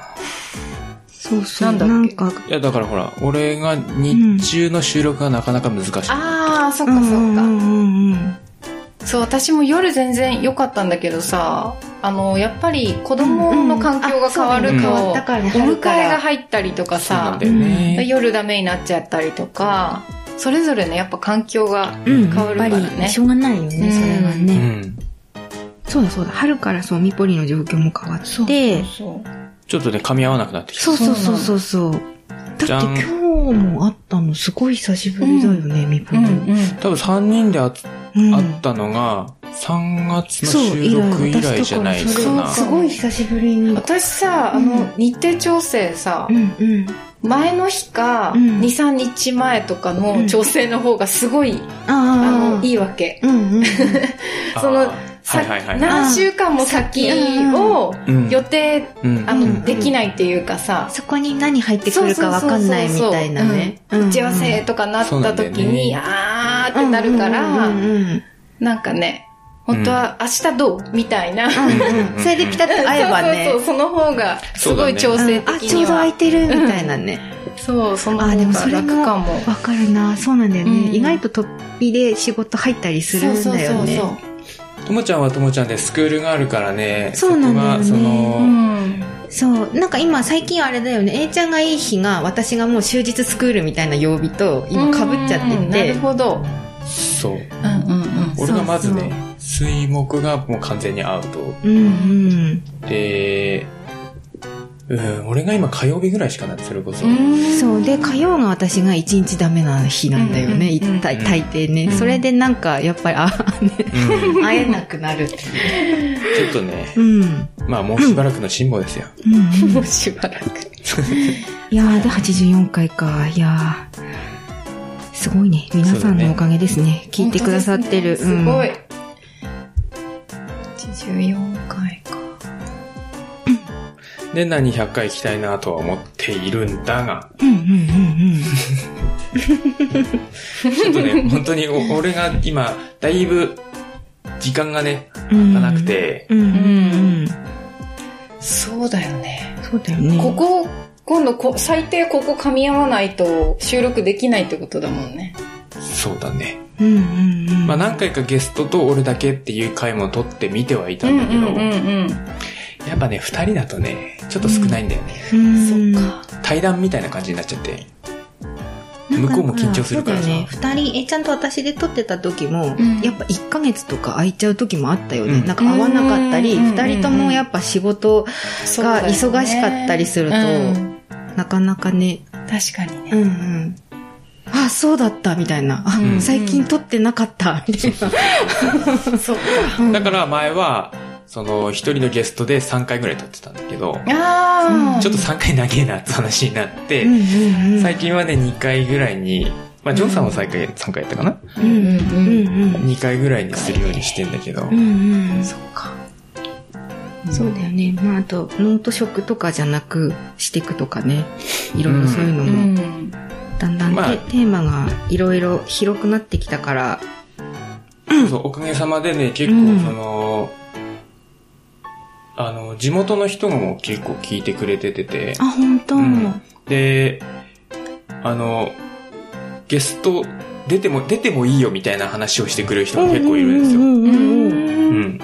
そうそう。
なんだっけ
なんか、
いや、だからほら、俺が日中の収録がなかなか難しい。
ああ、そっ
う
か
ん
そっ
う
か。
んうんうん。
そう、私も夜全然良かったんだけどさ、あの、やっぱり子供の環境が変わる
うんうん
と、
あ
そうだね変わったからね
お迎
春
え
から
が入ったりとか
そうな
さ
んだ、よね。
夜ダメになっちゃったりとか、それぞれね、やっぱ環境が
うん、
変わるからね
やっぱりしょうがないよね、
うん
それは
う
ね。
ん。
そうだそうだ。春からそう、ミポリの状況も変わって、
そう
ちょっとね、噛み合わなくなってきた。
そうそうそうそうそう。
じ
だ
ゃ
っ
ん
て今日も会ったのすごい久しぶりだよね、ミポ
う
リ。
ん
う
うん。
多分3人であつ
ん
あったのが、3月の
そう、
収録以来じゃない
私
か
と
な
か。それすごい久しぶりに。
私さ、あ
う
の
ん、
日程調整さ
う、んうん。
前の日か、
うん
2、3日前とかの調整の方がすごい、あ
ああ
の、いいわけ。
うんうんうん。
あー
その
は
さ
いはいはい。
何週間も先を
うん
予定、
うん
あ
う
の、
ん
できないっていうかさ、
そこに何入ってくるかわかんないみたいなね。
打ち合わせとかなった時に、
うん
あーってなるから、
うんうんうんうん
なんかね、本当は明日どうみたいな。
うんうんそれでピタッと会えばね。
そうそうそう、その方が、すごい調整
うんあ、
的
ちょ
に
うど空い
は。
てるみたいなね。
そう、その
あ、
方
でも
が
それ
楽
も
かも。
わかるな。そうなんだよね。
うん
意外と突飛で仕事入ったりするんだよね。
そうそうそう
ともちゃんはともちゃんでスクールがあるからね、
そうなんだよね
そこが
そ
そ
う。
の、
ん。
そう。なんか今最近あれだよね。A ちゃんがいい日が私がもう終日スクールみたいな曜日と今被っちゃって
うんな
て
る。ほど。
そう。
うんうんうん。
俺がまず
そう
ね、水木がもう完全にアウト。
うんうん。
で、うん、俺が今火曜日ぐらいしかない、それこそ。
そうで火曜が私が一日ダメな日なんだよね、
うんうんうん
い大大抵ね、
ん
それでなんかやっぱりあ
うん
会えなくなるって
ちょっとね、
うん、うん
まあもうしばらくの辛抱ですよ。
う
[LAUGHS]
ん、
もうしばらく。
いやーで84回かいやーすごいね。皆さんのおかげですね。聞いてくださって
本当で
る。
すねすごい。
うん
84回か。
年内に100回行きたいなとは思っているんだが、
うんうんうんうん。
ちょっとね、 [LAUGHS] 本当にお俺が今、だいぶ、時間がね、
うん
なくて、
うんうんうん。
そうだよね。
そうだよね。
ここ、今度こ、最低ここ噛み合わないと収録できないってことだもんね。
そうだね。
うんうんうん。
まあ何回かゲストと俺だけっていう回も撮ってみてはいたんだけど、
うん。
やっぱね、二人だとね、ちょっと少ないんだよね。
うん、
そっか。
対談みたいな感じになっちゃって。
なん
向こうも緊張するから
そ
さ
うだよね。二人、え、ちゃんと私で撮ってた時も、
うん
やっぱ1ヶ月とか空いちゃう時もあったよね。
うん
なんか会わなかったり、
うん
二人ともやっぱ仕事
そうだ
が
よね
忙しかったりすると、
うん
なかなかね、
確かに
うん
ね。
うん。あ、そうだった、みたいな。あ、
うん
最近撮ってなかった、みたいな。
そうか。
だから前は、その、一人のゲストで3回ぐらい撮ってたんだけど、
ああ。
ちょっと3回長えなって話になって、
うんうんうん。
最近はね、2回ぐらいに、まあ、ジョンさんも3回、3回やったかな
うんうんうん
?2 回ぐらいにするようにしてんだけど、
うん。うんうん。
そっか。
そうだよね。まあ、あと、ノート食とかじゃなくしていくとかね。いろいろそういうの
う
も。
ん。
だんだんて、
まあ
テーマがいろいろ広くなってきたから、
そうそうおかげさまでね、結
うん
構その、あの、地元の人も結構聞いてくれててて、
あ、本当、
うんで、あの、ゲスト出ても、出てもいいよみたいな話をしてくれる人も結構いるんですよ。
うんうんうんうん
う。
うん
で、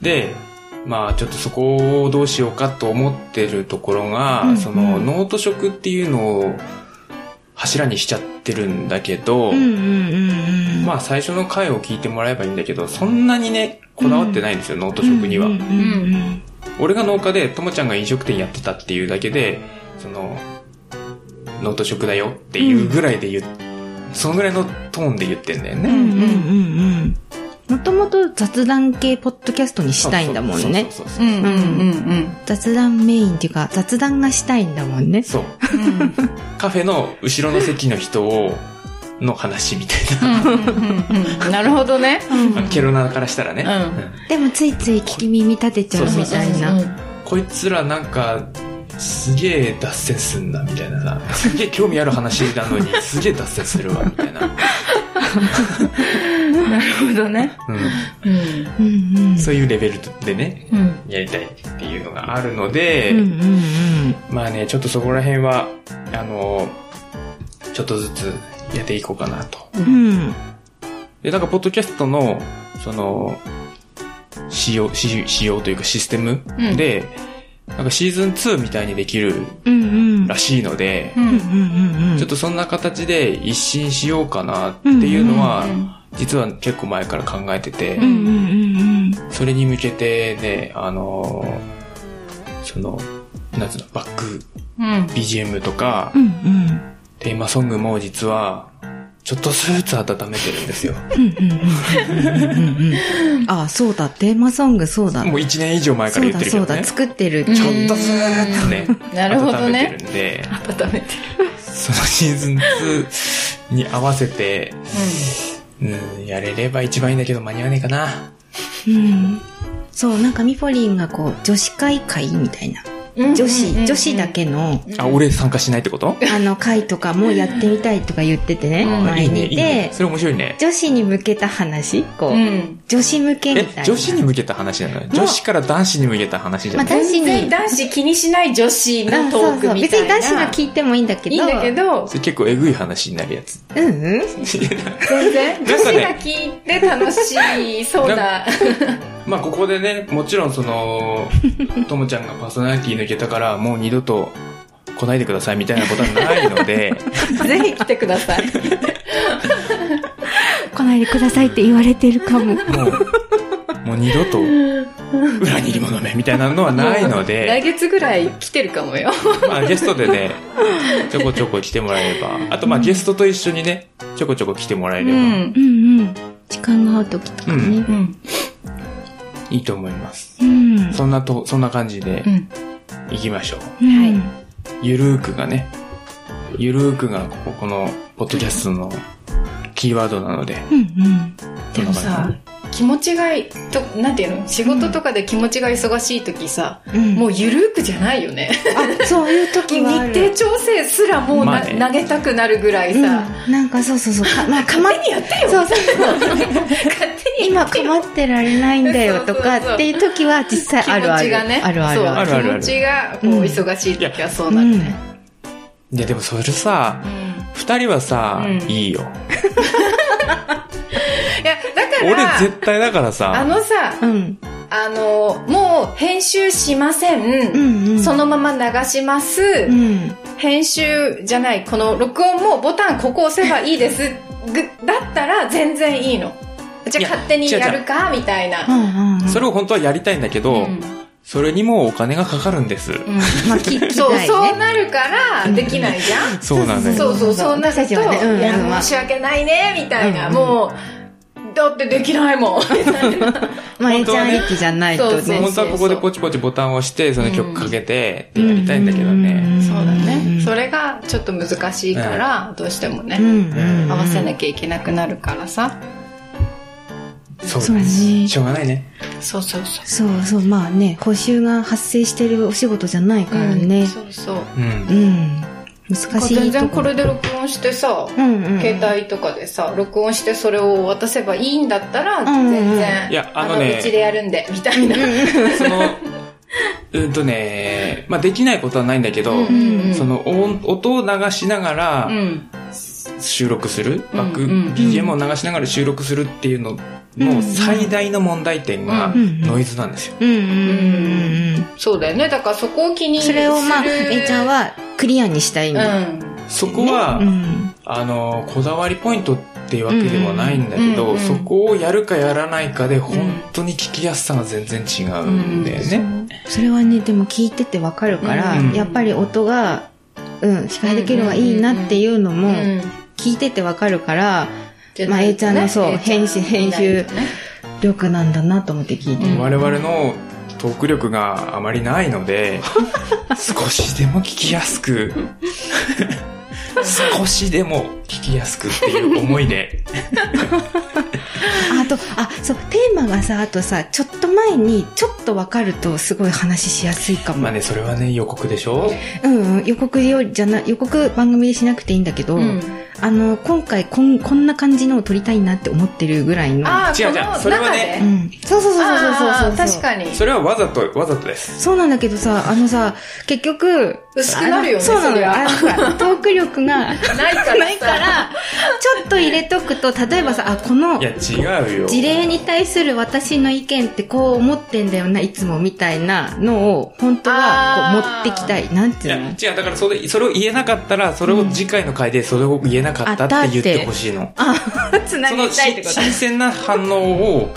で、まあちょっとそこをどうしようかと思ってるところが、
うん
その
うん
ノート食っていうのを柱にしちゃってるんだけど、
うんうんうんうん。
まあ最初の回を聞いてもらえばいいんだけど、そんなにね、こだわってないんですよ、ノート食には。
うんうん
俺が農家で、ともちゃんが飲食店やってたっていうだけで、その、ノート食だよっていうぐらいで言う、そのぐらいのトーンで言ってんだよ
う
ね。
んうんうんうん。もともと雑談系ポッドキャストにしたいんだもんね。
そうそうそうそう。
うんうんうん
雑談メインっていうか、雑談がしたいんだもんね。
そう。
うん。
カフェの後ろの席の人を、の話みたいな。
なるほどね。
ケロナからしたらね、
うん
でもついつい聞き耳立てちゃうみたいな。
こいつらなんか、すげえ脱線すんな、みたいなさ。すげえ興味ある話なのに、すげえ脱線するわ、みたいな。
なるほどね。
う
うん。
うんうん
ん。そういうレベルでね、
うん。
やりたいっていうのがあるので、
うんうんうん。
まあね、ちょっとそこら辺は、あの、ちょっとずつやっていこうかなと。
うん。
で、なんか、ポッドキャストの、その、仕様、仕仕様というかシステム
うん
で、なんかシーズン2みたいにできる
うんうん。
らしいので、
う
うん
ん。
うんうん。
ちょっとそんな形で一新しようかなっていうのは、
うんうんうん
実は結構前から考えてて、
うんうんうん
それに向けてね、あのーその、なんつうの、バック
うん。
BGM とか、
うん。うんうん。
テーマソングも実は、ちょっとずつ温めてるんですよ。
ああ、そうだ、テーマソングそうだ。
もう1年以上前か
そ
ら
う
言っ
だ
てるけ
そ
ど
うだ、
ね。
作ってる。
ちょっとずつね、
なるほど
温め
ね
て。るんで、
温めて
そのシーズン2に合わせて、うん、やれれば一番いいんだけど間に合わねえかな。
うんそう、なんかミポリンがこう、女子会会みたいな。
る。
女子、女子だ。けの、
あ、俺参加しないってこと
あの、会とかもやってみたいとか言っててね、
うん
あい
前
いね、い
に。
いね
で。、
それ面白いね。
女子に向けた話こ
う
う、
ん。
女子向けみたい
え
な。、
女子に向けた話なのよ女子から男子に向けた話じゃ
まあ
ない
男子
全然
に、
男子気にしない女子
あ
のト
そ
ー
うそ
ク
う
み
別
たい
に
な。
男子が聞いてもいいんだけど。
いいんだけど
そ、れ結構えぐい話になるやつ。
うんうん。
全然
な
女
んか
子
ね
が聞いて楽しそうな。
まあここでね、もちろんそ [LAUGHS] の、ともちゃんがパーソナリティ抜けたから、もう二度と来ないでくださいみたいなことはないので、 [LAUGHS]
ぜひ来てください。
来ないでくださいって言われてるか
もう、
も。
もう二度と、裏切り者めみたいなのは [LAUGHS] ないの
来
で、
月ぐらい来てるかもよ。
まあゲストでね、ちょこちょこ来てもらえれば、あとまあゲストと一緒にね、ちょこちょこ来てもらえれば
うんうん。時間が合う時とかね。
うん。
いいと思います。
うん。は
そんなと、そんな感じで
うん。
行きましょう。
い。
ゆるーくがね、ゆるーくがこここのポッドキャストのキーワードなので、
うんうん。
でもさ気持ちがいとなんていうの仕事とかで気持ちが忙しい時さ、
うん、
も
う、
うゆるくじゃないよね
あ、そういう時
[LAUGHS] 日
はある。
程調整すらもうな、
まあね
投げたくなるぐらいさ、
うん、なんかそうそうそう。かまあ、かまってやってよ。そうそう
[LAUGHS]
そう。
勝手に
今かまってられないんだよ
そう
と
そうそう
かっていう時は実際ある
気持
あ
ち
る。
がね
あるあ
そう
るある。
あるある
気持ちがこう
うん
忙しい時はそう
う
なる
ん
ね、
いやでもそれさ
うん
二人はさ、
うん
いいよ
いやだか
俺
ら
絶対だから
[LAUGHS] あ
さ
のさ
うん。
あのもう編集しませ、
うんんうん。
そのまま流します、
うん。
編集じゃないこの録音もボタンここ押せばいいですぐだったら全然いいのじ
いや
ゃあ勝手に
違う違う
やるかみたいな
う、んうんうん。
それを本当はやりたいんだけ
う
ど、
ん
それにもお金がかかるんです、
うん
まあ、聞きたいね。
そうそうなるからできないじゃん、
そうなんだよ
そうそう、そうなると、
私たちはねうん
いや
うん
申し訳ないね、みたいな、
うん
もう、だってできないもん。
まあ、え
本当
ちゃ
は
ん
ね
力じゃない
そ
と
うそう
ね。
本当はここでポチポチボタンを押してその曲かけてってやりたいんだけど
う
ね、
ん
そうだね。そ
れ。
れがちょっと難しいから、どうしてもね
う、んうん。
合わせな
き
きゃいけなくなるからさ。
そう
そうだね
しょうがないね
そうそうそう。
そうそう、まあね、報酬が発生してるお仕事じゃないから
うん
ね。
そうそう。
うん
うん。難しいとこ。
全然これで録音してさ、
うんうん。
携帯とかでさ、録音してそれを渡せばいいんだったら、
んうん
全然、
いやあのね
うちでやるんで、みたいな。
その、 [LAUGHS] うんとね、まあ、できないことはないんだけど、
うん
その音音を流しなが
う
ら
ん。
収録する、
うん
バック
うん
BGM を流しながら収録するっていうのの最大の問題点が
うん
ノイズなんですよ。
うんうんうんうん。
そうだよね。だからそこを気に
それをまあ、
する
えいちゃんはクリアにしたいんだ。
うん。
そこは、
うん。
あの、こだわりポイントっていうわけでもないんだけど、
うんうん
そこをやるかやらないかで本当に聞きやすさが全然違うんだよね。
それはね、でも聞いててわかるから、
うん
やっぱり音が、うん、視界できるのがいいなっていうのも、聞いててわかるから、まあ A ちゃんのそう編集編集力なんだなと思って聞いて。
うん
我々のトーク力があまりないの
[LAUGHS]
で少しでも聞きやすく少しでも聞きやすくっていう思いで
ああと、あ、そう、テーマがさ、あとさ、ちょっと前にちょっとわかるとすごい話しやすいかも。
まあねそれはね予告でしょ
うんうん、予告よりじゃな、予告番組でしなくていいんだけど、あの、今回こん、こんな感じのを撮りたいなって思ってるぐらいの。
ああ
違う違うそれはね
うん。そうそうそうそうそうそうそ
確
う。
かに
それはわざとわざとです
そうなんだけどさ、あのさ、結局、
薄くなるよね
あのそうな
そ
の
り
よ。
ゃ
あのほらトーク力が、
ないから
ないから、ちょっと入れとくと、例えばさ、あ、この
いや違うよ
事例に対する私の意見ってこう思ってんだよな、いつもみたいなのを、本当はこう
あー
持ってきたい。なん
い
てい
や
うの
違うだからそれそれを言えなかったらそれを次回の回でそれを言えなかったって言ってほしいの、
あ、つな
その
ぎたいっ
して
こと
新鮮な反応を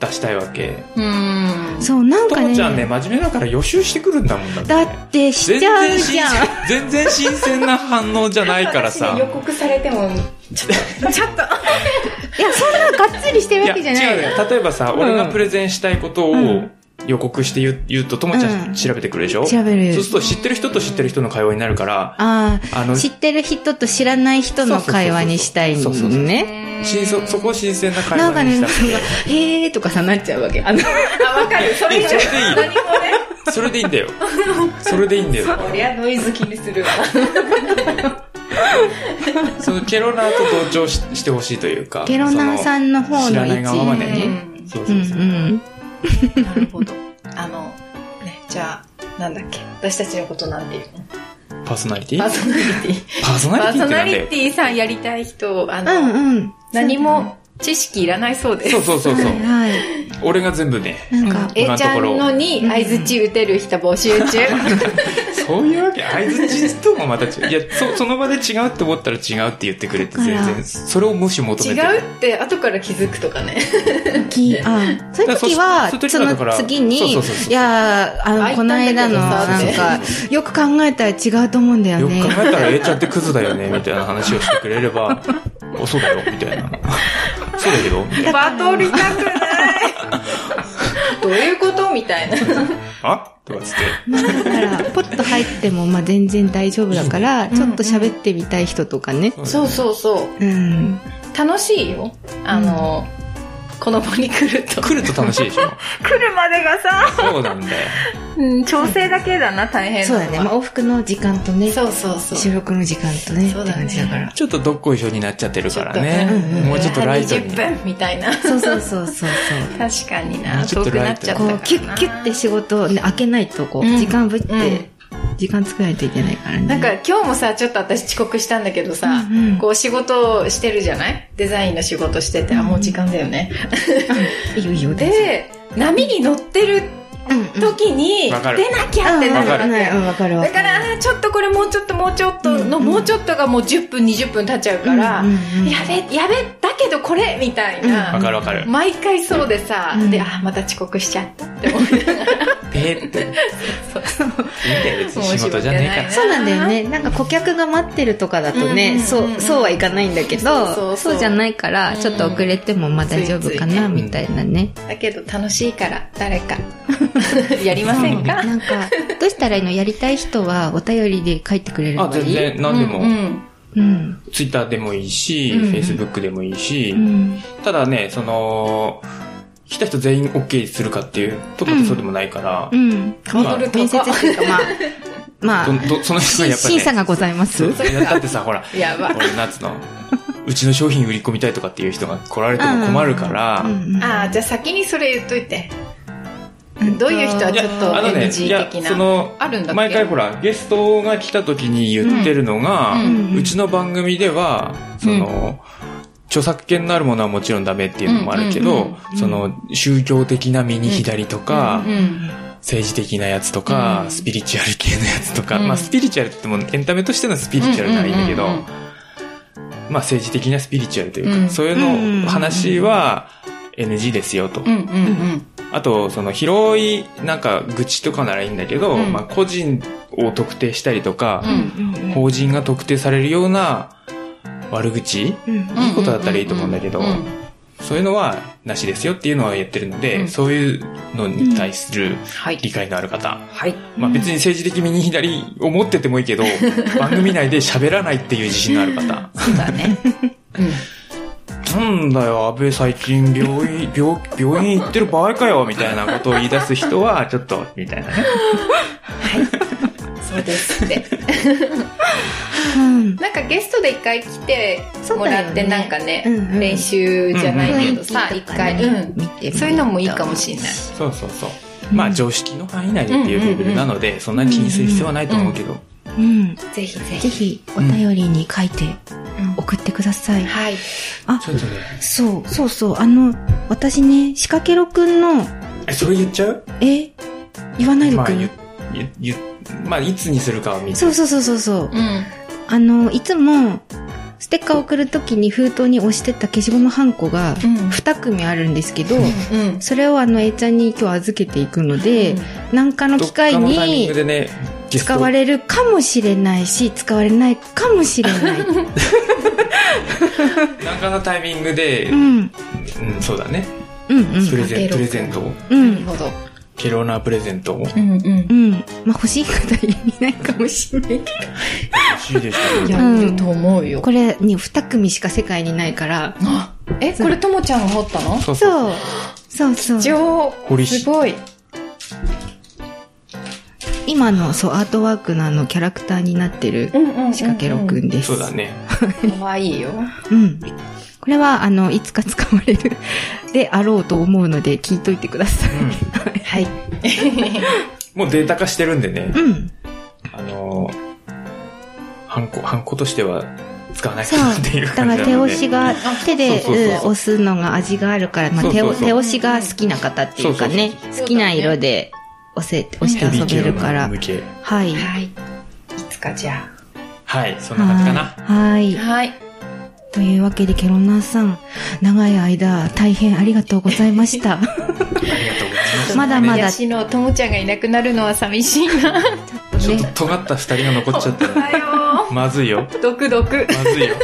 出したいわけ
うん
そう、なん
と
か
も
ね。
ちゃんね真面目だから予習してくるんだもんだって
だってしちゃうじゃん。
全然新鮮な反応じゃないから
[LAUGHS]
さ。
予告されても
いや、そんながっつりしてるわけじゃない
違う
よ。
よ。例えばさ、俺がプレゼンしたいことを
ん
予告して言う言うと、ともちゃ
うんん
調べてくるでしょ
調べる
そうすると知ってる人と知ってる人の会話になるから、
あ
あの
あ、知ってる人と知らない人の会話にしたい
そうそうそうそうそうそう
のね。
新そそこを新鮮な会
なんか
話に
ね、
した
なん
く
か
て、
へーとかさ、なっちゃうわけ。あの、
あわかるそれ
[LAUGHS]
以上
それでいいよ
何もね
それでいいんだよ。それでいいんだよ。
こりゃノイズ気にするわ
そのケロナーと同調ししてほしいというか。
ケロナーさんの方
知
の
ら
位
ない
置
側までね。
うん
そう
う
そ
ん
うそう。
なるほどあのねじゃあなんだっけ私たちのことなんていうの
パーソナリティ
パーソナリティ
パーソ
パ
ナ
ー
リティってな
ソナ
んだ
リ
よ。
ティさんやりたい人あ
う
の、
んうん。
何も知識いらないそうです
そうそうそうそう。
はいはい。
俺が全部ね、
なん
なん
か
か、、A ちゃんのに相づち打てる人募集中。
そういうわけ相づちともまた違う。いやそ、その場で違うって思ったら違うって言ってくれって全
だか
然、
ら
それを無視求め
違
てる。
うって後から気づくとかね。
きあそういう時
だから
は、
そそういう
そ
時はだか
の
ら
次に、
そうそうそうそう
いやー、あ
あ
の、この
いた
間
ん
の、
だ
な
け
ん
どさ
か、よく考えたら違うと思うんだよ
よく
ね。
考えたら A ちゃんってクズだよね、みたいな話をしてくれれば、お、そうだよ、みたいな。そうだけど、みたいな。
バトりたくない。どういうことみたいな。
あとかつって。
まあだから、ポッと入っても、まあ全然大丈夫だから、
ん
ちょっと喋ってみたい人とかね。
そうそうそう。
うん。
楽しいよ。あの、子供に来ると。
来ると楽しいでしょ。
来るまでがさ、
そうなんだよ。
うん、調整だけだな、大変
そうだね。まあ往復の時間とね、
そうそうそう。
収録の時間とね、っ
そう
て
だね
感じだから。
ちょっとどっこいしょになっちゃってるからね。
ちょっと
ね
もうちょっとライトに。
20分みたいな。
そうそうそうそうそう。
確かにな。
ちょ
遠
っと
く
ラ
なっ
イト
ちゃった
こ
から
う、
な。
キュッキュッて仕事を、ね、開けないと、こう、
うん
時間ぶって、
うん
時間作らないといけないからね。
なんか今日もさ、ちょっと私遅刻したんだけどさ、
うんうん
こう仕事をしてるじゃないデザインの仕事してて、あ、もう時間だよね。
[LAUGHS] いいよいいよ。
で、波に乗ってる
うんうん、
時に、
うんわかる
出なきゃって
うん
な
わ
る
か
わ
る。
け。
うん、わかるわ
だ
か
か
る。
ら、あーちょっとこれもうちょっともうちょっとの、
うん
もうちょっとがもう10分20分経っちゃうから、
うんうんうん
やべ、やべ、だけどこれみたいな。
わかるわかる。
毎回そうでさ、
うん
で、あーまた遅刻しちゃったって思う。
ペーって。いいんだよ、別に仕事じゃねえから。
そうなんだよね。なんか顧客が待ってるとかだとね、
うんうんうんうん
そう、そうはいかないんだけど、
そ
そう
そう
う
そう
じゃないから、
うん
ちょっと遅れてもまあ大丈夫か
ついついね
な、みたいなね。
だけど楽しいから、誰 [LAUGHS] か。やりませんか
なんか、どうしたらいいのやりたい人はお便りで書いてくれれば
あ、全
いい。
然、何で
うんう
も。
ん
うん。
ツイッターでもいいし、
うん
フェイスブックでもいいし
う、ん。
ただね、その、来た人全員 OK するかっていうとことそうでもないから
う、ん。
ハードル高
面接っていうか、まあ、まあ、
どどその人がやっぱり
[LAUGHS] 審
ね。
査がございます。
そういやだってさ、ほら、
やば。
俺夏の、うちの商品売り込みたいとかっていう人が来られても困るから、
うんうん
ああ、じゃあ先にそれ言っといて。
うん
どういう人はいちょっと
やあのね、い
NG
や
的
そ
な。
の、
あるんだっけ
毎回ほら、ゲストが来た時に言ってるのが、う
う
ん
うん
ちの番組では、その、著作権のあるものはもちろんダメっていうのもあるけど、
うんうんうん
その、宗教的な右左とか、
うん。
政治的なやつとか、
うん
スピリチュアル系のやつとか、
うん
まあスピリチュアルって言ってもエンタメとしてのスピリチュアルならいいんだけど、
うんうんうんうん
まあ政治的なスピリチュアルというか、
うん
そういうの話は NG ですよと。
うんうんうん。
あと、その広いなんか愚痴とかならいいんだけど、
うん
まあ個人を特定したりとか
う、ん
うんうん
法人が特定されるような悪口、
うん
うん
いいことだったらいいと思うんだけど
う
そういうのはなしですよっていうのはやってるので、
うん
そういうのに対する
はい。
理解のある方、
はい。
まあ別に政治的右左を持っててもいい
[LAUGHS]
けど、番組内で喋らないっていう自信のある方。
そうだね。
なんだよ、安倍最近病院、病、病院行ってる場合かよ、みたいなことを言い出す人は、ちょっと、みたいなね。
そうですって。
うん
なんかゲストで一回来てもらって、
そうだよね
なんかね、
うんうん
練習じゃないけ
雰
ど
囲気
さ、一、
とか
回、
ね
うん。
見てみると
そういうのもいいかもしれない。
そうそうそう。まあ常識の範囲内でっていうレベルなので、そんなに気にする必要はないと思うけど。
うん。
ぜひぜひ。
ぜひ、お便りに書いて送ってください。
はい。
ちょっとね。
そう、そうそう。あの、私ね、仕掛けろくんの、
え、それ言っちゃう
え言わないで
まあ
く
言
ん
う、言う、言うまあいつにするかは見て。
そうそうそうそうそう。
うん。
あの、いつも、ステッカーを送るときに封筒に押してた消しゴムハンコが
うん
2組あるんですけど、
うん。
それをあの A ちゃんに今日預けていくので、何かの
どっ
機
か
会
のタイミングで
に
ね、ゲスト
使われるかもしれないし、使われないかもしれない。
なんかのタイミングで、
う
うん、
ん。
そうだね。
うんう
プレ
ん。
ゼン、プレゼントを。
な
う
んる。ほど。
ケロナープレゼントを。
うんうん
う。ん。まあ、欲しい方いないかもしれない
欲
け
しいでしょ
いや、いると思う
ど。
よ。
これね、二組しか世界にないから。
あえ、これともちゃんが掘ったの
そうそう。
そう。そうそう。
上
堀市
すごい。
今の、そう、アートワークのあの、キャラクターになってる、
んうん
仕掛けろくんです。
そうだね。
かわいいよ。
うん。これは、あの、いつか使われるであろうと思うので、聞いといてくださ [LAUGHS] い。
はい。
もうデータ化してるんでね、
うん。
あのー、ハンコ、ハンコとしては使わない
そ
か
う
なっていう。
だか
感じなの
ら
で。
手押しが、手で
そうそうそう
うん押すのが味があるから、まあ
そうそう
手
そう
を手押しが好きな方っていうかね
そう、
好きな色で押せ、押して遊べるから
ヘビ。ー系の向け
はい。
はい。いつかじゃ
はい、そんな感じかな。
はい
あ。。はい。
というわけで、ケロナーさん、長い間、大変ありがとうございました。
ありがとうございます。
まだまだ
癒しのともちゃんがいなくなるのは寂しいな。
[LAUGHS] ちょっと尖った二人が残っちゃっ
[LAUGHS]
[LAUGHS]
たね。
よ。
まずいよ。
毒毒。
まずいよ。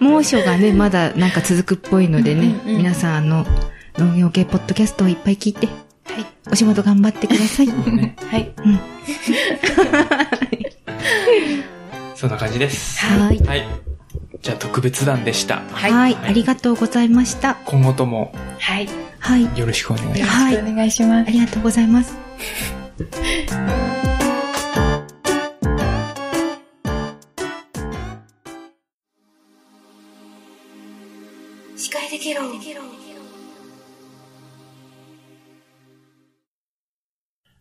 猛暑がね、まだなんか続くっぽいのでね、
うんうん
皆さん、あの、農業系ポッドキャストをいっぱい聞いて、はい、お仕事頑張ってください。
ね、
はい。
そんな感じです。
はい。
はい。じゃあ特別談でした。
はい
はい。ありがとうございました。
今後とも
はい。よ
はい。
よろしくお願いします
ろしくお願いします
あ。りがとうございます。
司会できろ。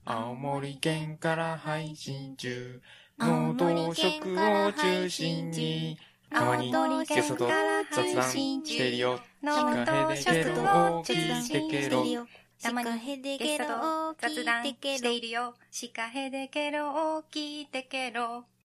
青森県から配信中
農
農
道
道
食
食
を
を
中
中
心
心
に
に
た
た
ま
ま
に
に
ゲ
ゲ
ス
ス
ト
トと
と雑
雑
談
談
し
してて
る
る
よ
よ
鹿
鹿
ヘ
ヘ
デ
デ
ケ
ケ
ロ
ロ
を
を
聞
聞
い
いてケロ
てケロたまにゲストと雑談しているよ。シカヘデケロを聞いてケロ。